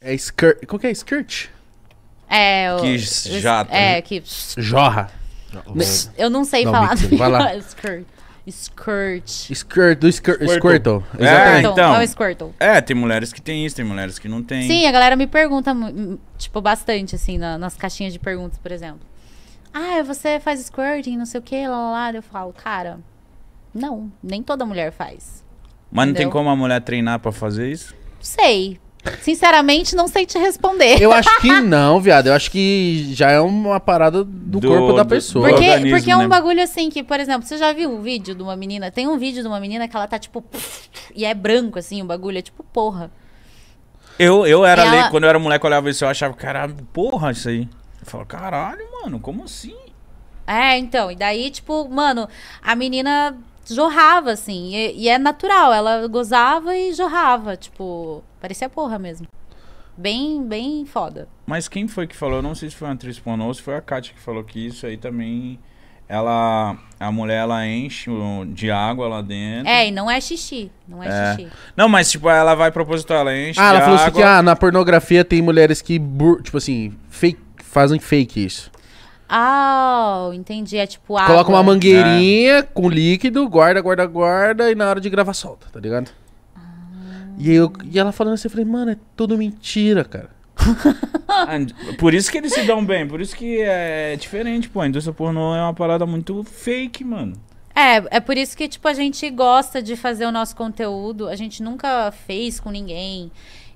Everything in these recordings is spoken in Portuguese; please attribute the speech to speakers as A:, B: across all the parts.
A: É skirt. Qual que é? Skirt?
B: É, o,
C: Que
B: os-
C: jato,
B: É,
C: né?
B: que.
A: Jorra. Né?
B: Eu não sei
A: Não,
B: falar.
A: mentira, vai lá.
B: Skirt. Skirt.
A: Skirt, do skir,
D: Squirtle.
A: Squirtle.
C: É,
A: Exatamente.
B: Squirtle,
C: então.
B: É o Squirtle.
C: É, tem mulheres que tem isso, tem mulheres que não tem.
B: Sim, a galera me pergunta, mu- tipo, bastante, assim, na- nas caixinhas de perguntas, por exemplo. Ah, você faz squirting, não sei o quê, lá, lá, lá. Eu falo, cara, não, nem toda mulher faz.
C: Mas não tem
B: entendeu?
C: como a mulher treinar pra fazer isso?
B: Sei. Sinceramente, não sei te responder.
A: Eu acho que não, viado. Eu acho que já é uma parada do,
C: Do-
A: corpo da
C: do-
A: pessoa.
B: Porque,
C: organismo,
B: porque é um
C: né?
B: bagulho assim que, por exemplo, você já viu um vídeo de uma menina? Tem um vídeo de uma menina que ela tá tipo. E é branco, assim, o bagulho. É tipo, porra.
C: Eu, eu era
B: Ela-
C: ali, quando eu era moleque, eu olhava isso, eu achava, caralho, porra, isso aí. Eu falava, caralho, mano, como assim?
B: É, então. E daí, tipo, mano, a menina jorrava, assim. E, e é natural. Ela gozava e jorrava. Tipo, parecia porra mesmo. Bem, bem foda.
C: Mas quem foi que falou? Eu não sei se foi uma atriz pornô ou se foi a Kátia que falou que isso aí também. Ela. A mulher ela enche o- de água lá dentro.
B: É, e não é xixi. Não é,
C: É.
B: xixi.
C: Não, mas tipo, ela vai proposital, ela enche
A: Ah,
C: de
A: ela falou
C: água.
A: assim que ah, na pornografia tem mulheres que, bur- tipo assim, fake, fazem fake isso.
B: Ah, entendi. É tipo água.
A: Coloca uma mangueirinha
C: É.
A: com líquido, guarda, guarda, guarda, e na hora de gravar solta, tá ligado?
B: Ah.
A: E, aí eu, e ela falando assim, eu falei, mano, é tudo mentira, cara.
C: And- Por isso que eles se dão bem, por isso que é diferente, pô. A indústria pornô é uma parada muito fake, mano.
B: É, é por isso que, tipo, a gente gosta de fazer o nosso conteúdo. A gente nunca fez com ninguém.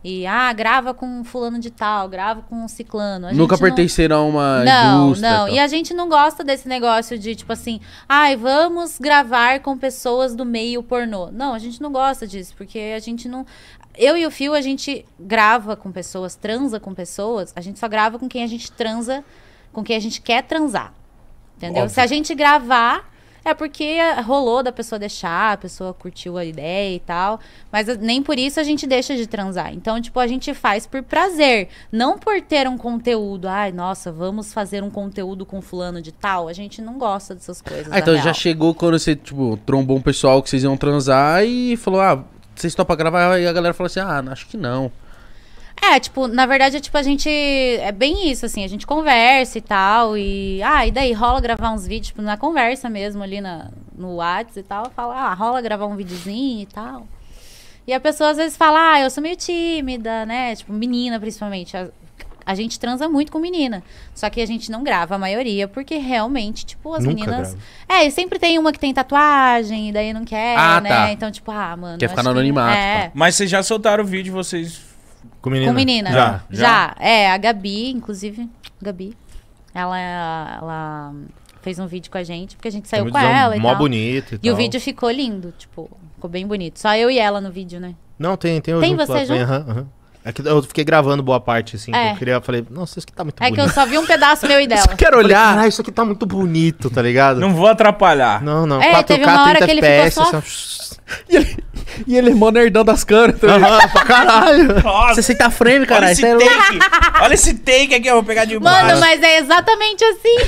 B: E, ah, grava com fulano de tal, grava com ciclano. A
A: Nunca
B: gente não-
A: pertenceram a uma
B: Não,
A: indústria.
B: não.
A: tal.
B: E a gente não gosta desse negócio de, tipo assim, ai, vamos gravar com pessoas do meio pornô. Não, a gente não gosta disso, porque a gente não. Eu e o Fio, a gente grava com pessoas, transa com pessoas, a gente só grava com quem a gente transa, com quem a gente quer transar. Entendeu?
C: Óbvio.
B: Se a gente gravar. É porque rolou da pessoa deixar, a pessoa curtiu a ideia e tal. Mas nem por isso a gente deixa de transar. Então, tipo, a gente faz por prazer. Não por ter um conteúdo. Ai, nossa, vamos fazer um conteúdo com fulano de tal. A gente não gosta dessas coisas.
A: Ah, então
B: na
A: já
B: é real.
A: chegou quando você, tipo, trombou um pessoal que vocês iam transar e falou, ah, vocês estão pra gravar? E a galera falou assim, ah, acho que não.
B: É, tipo, na verdade, é tipo, a gente. É bem isso, assim, a gente conversa e tal. E. Ah, e daí rola gravar uns vídeos, tipo, na conversa mesmo ali na, no WhatsApp e tal. Fala, ah, rola gravar um videozinho e tal. E a pessoa às vezes fala, ah, eu sou meio tímida, né? Tipo, menina principalmente. A, a gente transa muito com menina. Só que a gente não grava a maioria, porque realmente, tipo, as
D: Nunca
B: meninas.
D: grava.
B: É, e sempre tem uma que tem tatuagem, e daí não quer,
A: Ah,
B: né?
A: tá.
B: Então, tipo, ah, mano.
A: Quer
B: acho
A: ficar no
B: que-
A: anonimato,
B: É.
A: tá.
C: Mas vocês já soltaram o vídeo, vocês.
D: Com menina.
B: Com menina.
D: Já.
B: Já. É, a Gabi, inclusive. Gabi. Ela, ela fez um vídeo com a gente, porque a gente
D: Tem
B: saiu
D: um
B: com
D: videozão
B: ela e
D: Mó
B: tal.
D: bonito e,
B: E
D: tal.
B: o vídeo ficou lindo, tipo, ficou bem bonito. Só eu e ela no vídeo, né?
D: Não, tem, tem eu
B: Tem
D: junto
B: você
D: lá também,
B: junto?
D: aham, aham. É que eu fiquei gravando boa parte, assim.
B: É.
D: Eu queria, eu falei, nossa, isso aqui tá muito
B: é
D: bonito.
B: que eu só vi um pedaço meu e dela.
A: Quero
D: Falei,
A: olhar.
D: Caralho, isso aqui tá muito bonito, tá ligado?
C: Não vou atrapalhar.
D: não. não.
B: É,
D: 4K,
B: teve uma hora
D: 30
B: que ele
D: FPS,
B: ficou só-
D: assim,
A: E ele, e ele é mó nerdão das câmeras. Tá ligado?
D: Aham, pra caralho.
C: Nossa,
A: 60 frame,
C: olha
A: caralho.
C: esse
A: cê é louco.
C: take!
D: é
C: olha esse take aqui, eu vou pegar de
B: Mano, mas é exatamente assim.